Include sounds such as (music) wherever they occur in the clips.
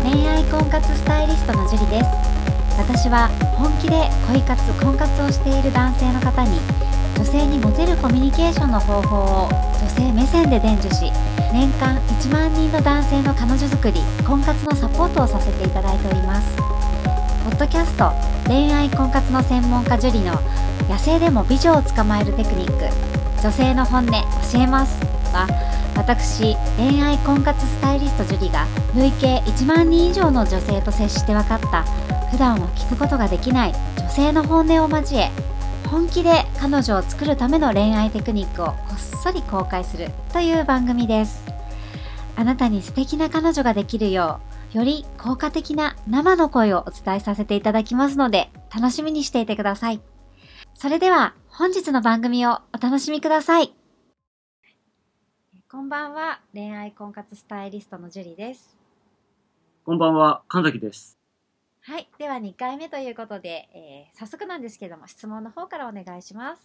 婚活スタイリストのジュリです私は本気で恋活婚活をしている男性の方に女性にモテるコミュニケーションの方法を女性目線で伝授し年間1万人の男性の彼女作り婚活のサポートをさせていただいておりますポッドキャスト恋愛婚活の専門家ジュリの野生でも美女を捕まえるテクニック女性の本音教えますは私恋愛婚活スタイリストジュリが累計1万人以上の女性と接して分かった普段は聞くことができない女性の本音を交え本気で彼女を作るための恋愛テクニックをこっそり公開するという番組ですあなたに素敵な彼女ができるようより効果的な生の声をお伝えさせていただきますので楽しみにしていてくださいそれでは本日の番組をお楽しみくださいこんばんは恋愛婚活スタイリストのジュリですこんばんは、神崎です。はいでは2回目ということで、えー早速なんですけども質問の方からお願いします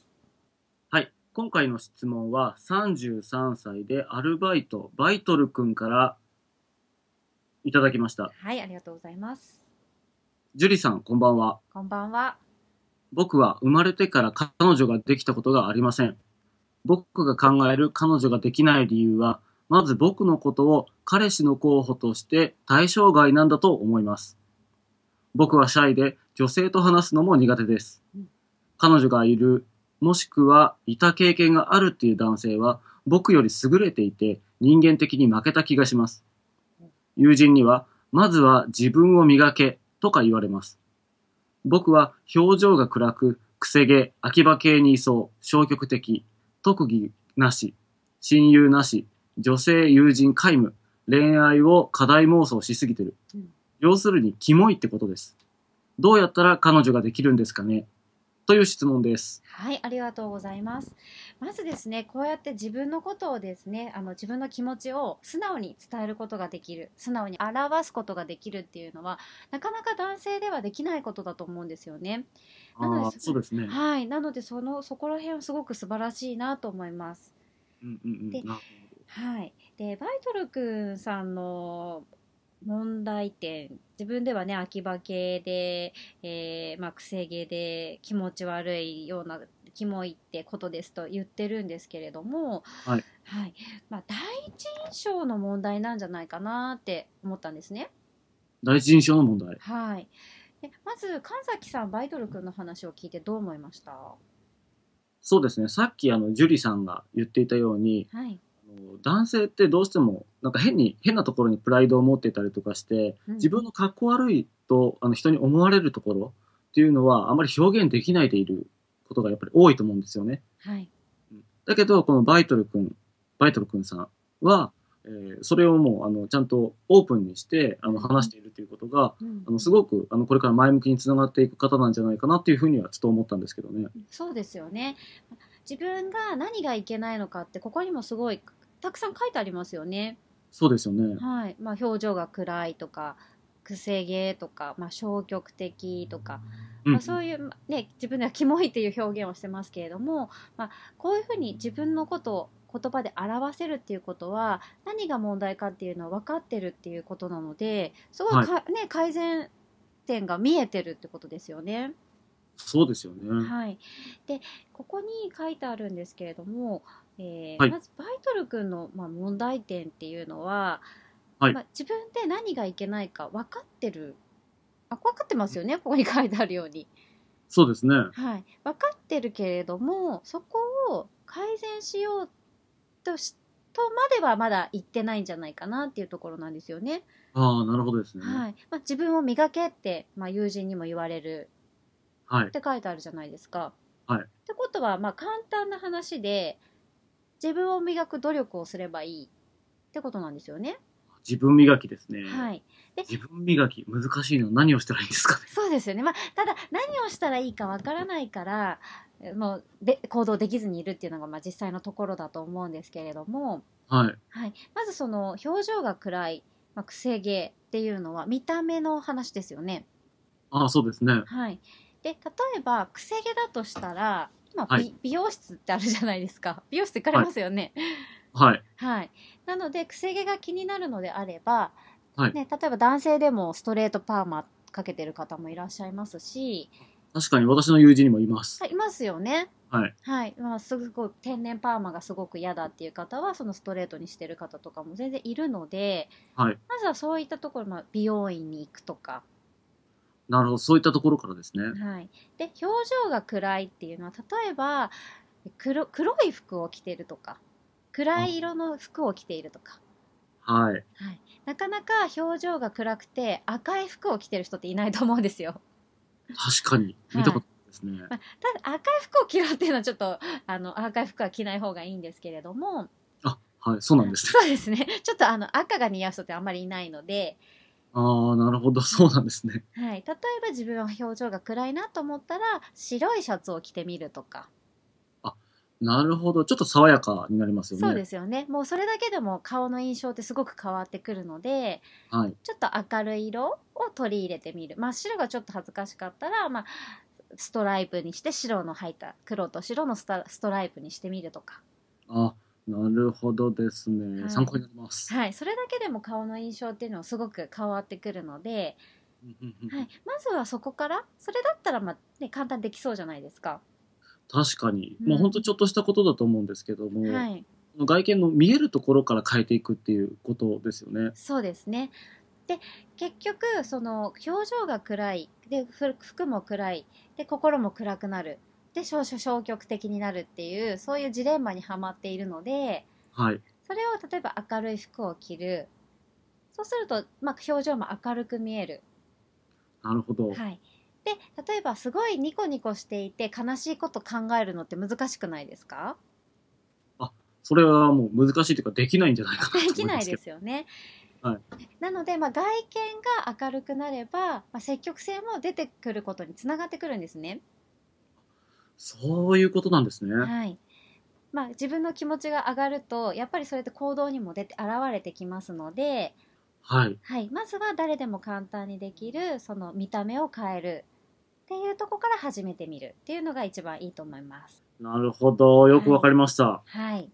はい、今回の質問は33歳でアルバイト、バイトルくんからいただきました。はいありがとうございますジュリさん、こんばんは。こんばんは僕は生まれてから彼女ができたことがありません。僕が考える彼女ができない理由は、まず僕のことを彼氏の候補として対象外なんだと思います。僕はシャイで女性と話すのも苦手ですうん。彼女がいる、もしくはいた経験があるっていう男性は僕より優れていて人間的に負けた気がします。友人には、まずは自分を磨けとか言われます。僕は表情が暗く、くせ毛、秋葉系にいそう、消極的、特技なし、親友なし、女性友人皆無、恋愛を過大妄想しすぎてる。うん要するに、キモいってことです。どうやったら彼女ができるんですかねという質問です。はい、ありがとうございます。まずですね、こうやって自分のことをですね、あの自分の気持ちを素直に伝えることができる、素直に表すことができるっていうのは、なかなか男性ではできないことだと思うんですよね。あなのであー、そうですね。はい、なのでそのそこら辺はすごく素晴らしいなと思います。うんうんうんでなはい、でバイトルくんさんの問題点自分ではね秋葉系で、えーまあ、癖毛で気持ち悪いようなキモいってことですと言ってるんですけれども、はいはいまあ、第一印象の問題なんじゃないかなって思ったんですね。第一印象の問題。はい、でまず神崎さんバイトルくんの話を聞いてどう思いました、はそうですね。さっき、あの、ジュリさんが言っていたように、い男性ってどうしてもなんか変に変なところにプライドを持ってたりとかしてうん自分の格好悪いとあの人に思われるところっていうのはあまり表現できないでいることがやっぱり多いと思うんですよね。はいだけどこのバイトル君バイトル君さんは、えーそれをもうあのちゃんとオープンにしてあの話しているということがうんあのすごくあのこれから前向きにつながっていく方なんじゃないかなっていうふうにはちょっと思ったんですけどね。そうですよね。自分が何がいけないのかってここにもすごいたくさん書いてありますよね。そうですよね。はい、まあ表情が暗いとか、くせ毛とか、まあ消極的とか、うんまあ、そういう、まあね、自分ではキモいっていう表現をしてますけれども、まあ、こういうふうに自分のことを言葉で表せるっていうことは何が問題かっていうのは分かってるっていうことなのですごいか、ね、改善点が見えてるってことですよね。そうですよね。はい、でここに書いてあるんですけれども、えーはいまずバイトル君の、まあ、問題点っていうのは、はいまあ、自分で何がいけないか分かってるあ分かってますよねここに書いてあるように、そうですね。はい、分かってるけれどもそこを改善しようとしとまではまだ言ってないんじゃないかなっていうところなんですよね。ああ、なるほどですね。はいまあ、自分を磨けって、まあ、友人にも言われるはいっ。て書いてあるじゃないですか。はいってことはまあ簡単な話で自分を磨く努力をすればいいってことなんですよね。自分磨きですね。はい、自分磨き、難しいの何をしたらいいんですかね。そうですよね、まあ、ただ何をしたらいいかわからないからえもうで行動できずにいるっていうのがまあ実際のところだと思うんですけれども、はい。はい、まずその表情が暗い、まあ、癖毛っていうのは見た目の話ですよね。ああ、そうですね。はい、で例えば癖毛だとしたら今、はいび美容室ってあるじゃないですか美容室行かれますよね。はい。はい、なので癖毛が気になるのであればはいね、例えば男性でもストレートパーマかけてる方もいらっしゃいますし、確かに私の友人にもいます。はい、いますよね。はい。はい。まあ、すごい天然パーマがすごく嫌だっていう方は、そのストレートにしてる方とかも全然いるので、はい。まずはそういったところ、まあ、美容院に行くとか、なるほど。そういったところからですね。はい。で、表情が暗いっていうのは、例えば、黒黒い服を着てるとか、暗い色の服を着ているとか、はい。はい、なかなか表情が暗くて赤い服を着てる人っていないと思うんですよ。 (laughs) 確かに。見たことないですね。ただ赤い服を着ろっていうのはちょっとあの赤い服は着ない方がいいんですけれどもあ、はい。そうなんですね。そうですね (laughs) ちょっとあの赤が似合う人ってあんまりいないので、ああ、なるほど。そうなんですね。はい、例えば自分は表情が暗いなと思ったら白いシャツを着てみるとか、なるほど。ちょっと爽やかになりますよね。そうですよねもうそれだけでも顔の印象ってすごく変わってくるのではい。ちょっと明るい色を取り入れてみる真っ白がちょっと恥ずかしかったら、まあ、ストライプにして白の入った黒と白のスタストライプにしてみるとか。あ、なるほどですね。はい参考になります。はい、それだけでも顔の印象っていうのはすごく変わってくるので、うんうんうんはい、まずはそこからそれだったらまあ、ね、簡単にできそうじゃないですか。確かに。うんもう本当ちょっとしたことだと思うんですけども、はい、その外見の見えるところから変えていくっていうことですよね。そうですねで結局その表情が暗いでふ服も暗いで心も暗くなるで少々消極的になるっていうそういうジレンマにはまっているのではい。それを例えば明るい服を着るそうすると、まあ、表情も明るく見えるなるほど。はい、で例えばすごいニコニコしていて悲しいこと考えるのって難しくないですかそれはもう難しいというか、できないんじゃないかなと思でいますきないでけすよね。はなので、まあ、外見が明るくなれば、まあ、積極性も出てくることにつながってくるんですね。どそういうことなんですね。はいまあ、自分の気持ちが上がるとやっぱりそれって行動にも出て現れてきますので、はい。はい、まずは誰でも簡単にできるその見た目を変えるっていうところから始めてみるっていうのが一番いいと思います。なるほど。よくわかりました。はい。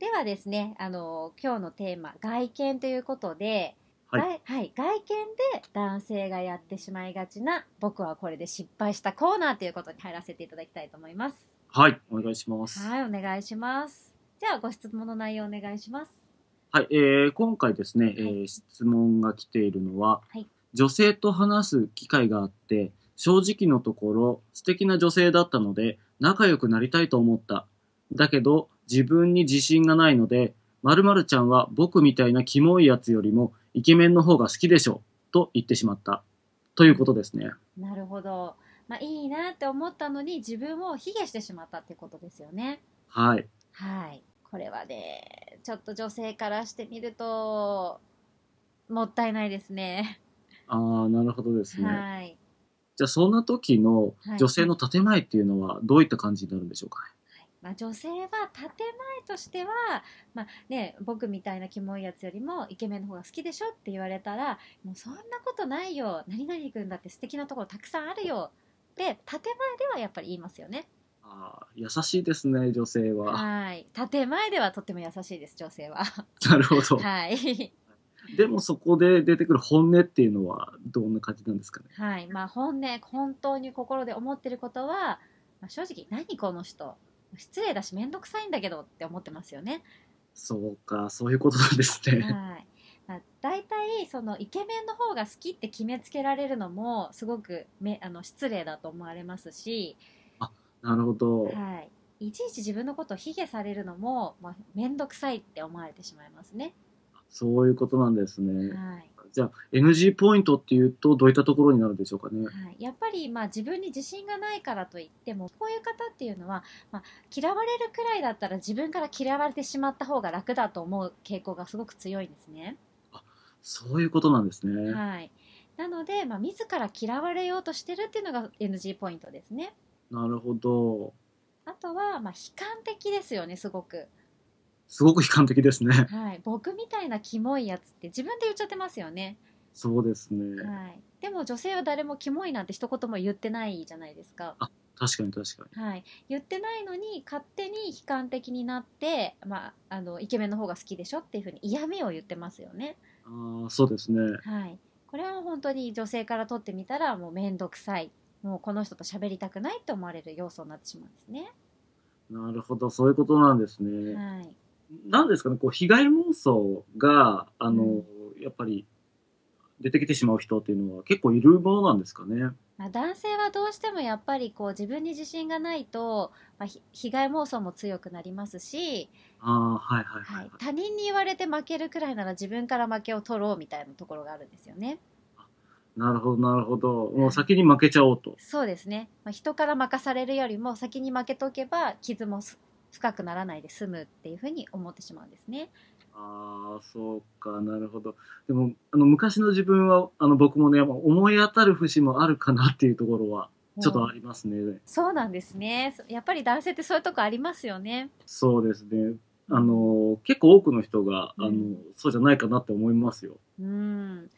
ではですね、あの今日のテーマ外見ということで、はい外はい、外見で男性がやってしまいがちな僕はこれで失敗したコーナーということに入らせていただきたいと思います。はい。お願いします。はい。はい、お願いします。じゃあご質問の内容お願いします。えー今回ですね、えー質問が来ているのは、はい女性と話す機会があって、正直のところ、素敵な女性だったので、仲良くなりたいと思った。だけど、自分に自信がないので、〇〇ちゃんは僕みたいなキモいやつよりも、イケメンの方が好きでしょ、と言ってしまった。ということですね。なるほど。まあいいなって思ったのに自分を卑下してしまったってことですよね。はい。はい。これはね、ちょっと女性からしてみるともったいないですね。ああ、なるほどですね。はい。じゃあ、そんな時のはい女性の建前っていうのは、どういった感じになるんでしょうかね。まあ、女性は建前としては、まあね、僕みたいなキモいやつよりもイケメンの方が好きでしょって言われたらもうそんなことないよ何々君だって素敵なところたくさんあるよで建前ではやっぱり言いますよねああ、優しいですね、女性は。はい建前ではとっても優しいです女性はなるほど。はい、でもそこで出てくる本音っていうのはどんな感じなんですかね。はいまあ、本音本当に心で思ってることは、まあ、正直何この人失礼だし面倒くさいんだけどって思ってますよねそうか、そういうことなんですね。はい、まあ、大体そのイケメンの方が好きって決めつけられるのもすごくめあの失礼だと思われますし、なるほど。はい、いちいち自分のことを卑下されるのも、まあ、めんどくさいって思われてしまいますね。そういうことなんですはね。いじゃあ、NG ポイントっていうと、どういったところになるんでしょうかね。はい、やっぱりまあ自分に自信がないからといってもこういう方っていうのは、まあ、嫌われるくらいだったら自分から嫌われてしまった方が楽だと思う傾向がすごく強いんですね。そういうことなんですね。はい、なので、まあ、自ら嫌われようとしてるっていうのが NG ポイントですね。なるほど。あとは、まあ、悲観的ですよね、すごく。すごく悲観的ですね。はい。僕みたいなキモいやつって自分で言っちゃってますよね。そうですね。はい。でも女性は誰もキモいなんて一言も言ってないじゃないですか。確かに確かに。はい。言ってないのに、勝手に悲観的になって、まあ、あの、イケメンの方が好きでしょっていうふうに嫌味を言ってますよね。ああ、そうですね。はい、これは本当に女性からとってみたらもう面倒くさいもうこの人と喋りたくないと思われる要素になってしまうんですね。なるほど、そういうことなんですね。はい、なんですかね、こう被害妄想が、あの、やっぱり出てきてしまう人っていうのは結構いるものなんですかね。まあ、男性はどうしてもやっぱりこう自分に自信がないと、まあ、ひ被害妄想も強くなりますし、ああ、はいはいはい、ははいい、他人に言われて負けるくらいなら自分から負けを取ろうみたいなところがあるんですよね。なるほど、なるほど。もう先に負けちゃおうと。そうですね、まあ、人から任されるよりも先に負けとけば傷もす深くならないで済むっていうふうに思ってしまうんですね。ああ、そうか、なるほど。でも、あの昔の自分は、あの僕もね、まあ思い当たる節もあるかなっていうところは、ちょっとありますね。そうなんですね。そやっぱり男性ってそういうとこありますよね。そうですね。あの、結構多くの人が、あうのん、そうじゃないかなって思いますよ。うん。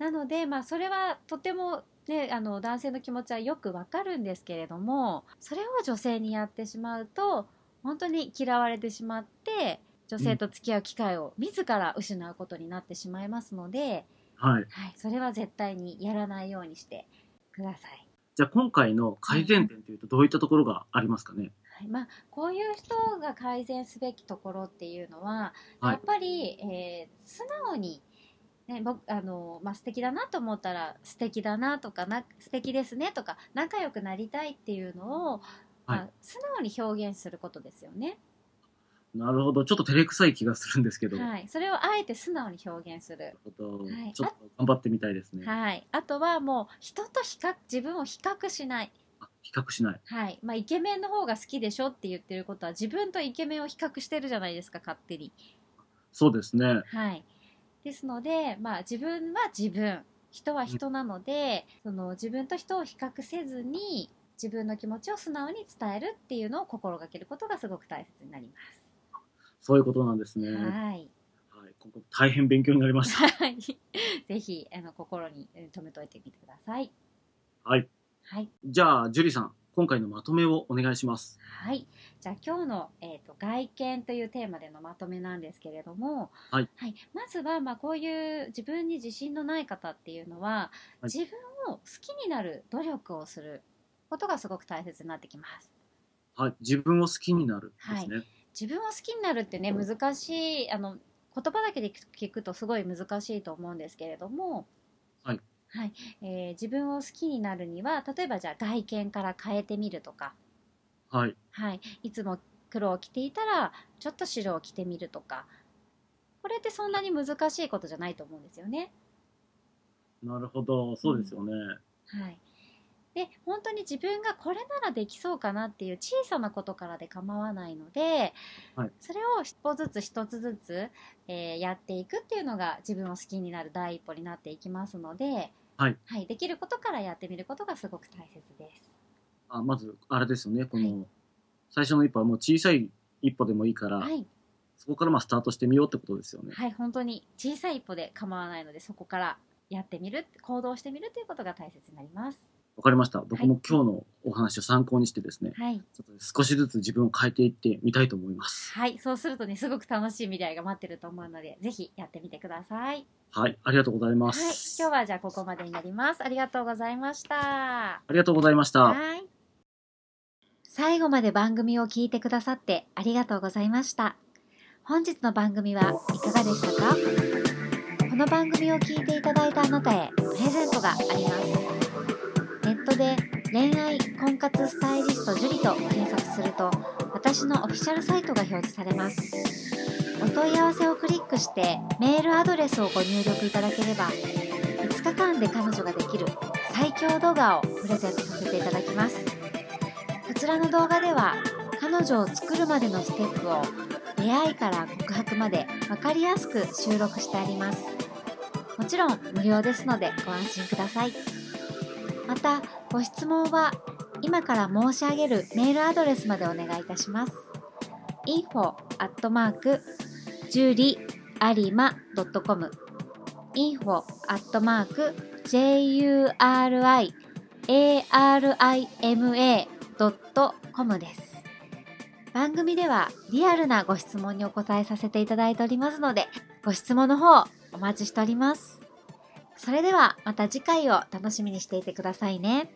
なので、まあ、それはとても、ね、あの男性の気持ちはよくわかるんですけれどもそれを女性にやってしまうと本当に嫌われてしまって女性と付き合う機会を自ら失うことになってしまいますので、はい。はい、それは絶対にやらないようにしてください。じゃあ今回の改善点というとどういったところがありますかね。はいまあ、こういう人が改善すべきところっていうのは、はいやっぱり、えー素直に、ね僕あのまあ、素敵だなと思ったら素敵だなとかな素敵ですねとか仲良くなりたいっていうのを、まはあ、素直に表現することですよね、なるほど。ちょっと照れくさい気がするんですけど。なるはい、それをあえて素直に表現する、ほどはいちょっと頑張ってみたいですね。はい、あとはもう人と比較自分を比較しない、あ比較しない。はいまあ、イケメンの方が好きでしょって言ってることは自分とイケメンを比較してるじゃないですか勝手に。そうですね。はい、ですので、まあ、自分は自分人は人なので、その自分と人を比較せずに自分の気持ちを素直に伝えるっていうのを心がけることがすごく大切になりまそういうことなんですね。す。はい。はい、 (laughs) ここ大変勉強になりました。はい、ぜひあの心にえー留めておいてみてください。はい。はい、じゃあ、ジュリさん、今回のまとめをお願いします。はい、じゃあ今日の、えー、と外見というテーマでのまとめなんですけれども、はいまずは、まあ、こういう自分に自信のない方っていうのは、はい自分を好きになる努力をすることがすごく大切になってきます。はい。自分を好きになるですね。自分を好きになるってね難しいあの言葉だけで聞くとすごい難しいと思うんですけれども、はいはいえー自分を好きになるには例えばじゃあ外見から変えてみるとか、はい。はい、いつも黒を着ていたらちょっと白を着てみるとかこれってそんなに難しいことじゃないと思うんですよね。なるほど。そうですよね。はい、で本当に自分がこれならできそうかなっていう小さなことからで構わないので、はいそれを一歩ずつ一つずつ、えーやっていくっていうのが自分を好きになる第一歩になっていきますので、はいできることからやってみることがすごく大切です。あまず、あれですよね。こはの、最初の一歩はもう小さい一歩でもいいから、はいそこからまあスタートしてみようってことですよね。はい、本当に小さい一歩で構わないのでそこからやってみる行動してみるということが大切になります。わかりました。僕はもい今日のお話を参考にしてですね、はい、ちょっと少しずつ自分を変えていってみたいと思います。はい、そうするとねすごく楽しい未来が待ってると思うのでぜひやってみてください。はい、ありがとうございまはい、す。今日はじゃあここまでになります。ありがとうございました。ありがとうございました。はい。最後まで番組を聞いてくださってありがとうございました。本日の番組はいかがでしたかこの番組を聞いていただいたあなたへプレゼントがあります。ネットで恋愛婚活スタイリスト樹里と検索すると私のオフィシャルサイトが表示されます。お問い合わせをクリックしてメールアドレスをご入力いただければ5日間で彼女ができる最強動画をプレゼントさせていただきますこちらの動画では彼女を作るまでのステップを出会いから告白まで分かりやすく収録してありますもちろん無料ですのでご安心くださいまたご質問は今から申し上げるメールアドレスまでお願いいたします info at mark juliarima.com info at mark juriarima.com です番組ではリアルなご質問にお答えさせていただいておりますのでご質問の方お待ちしております。それではまた次回を楽しみにしていてくださいね。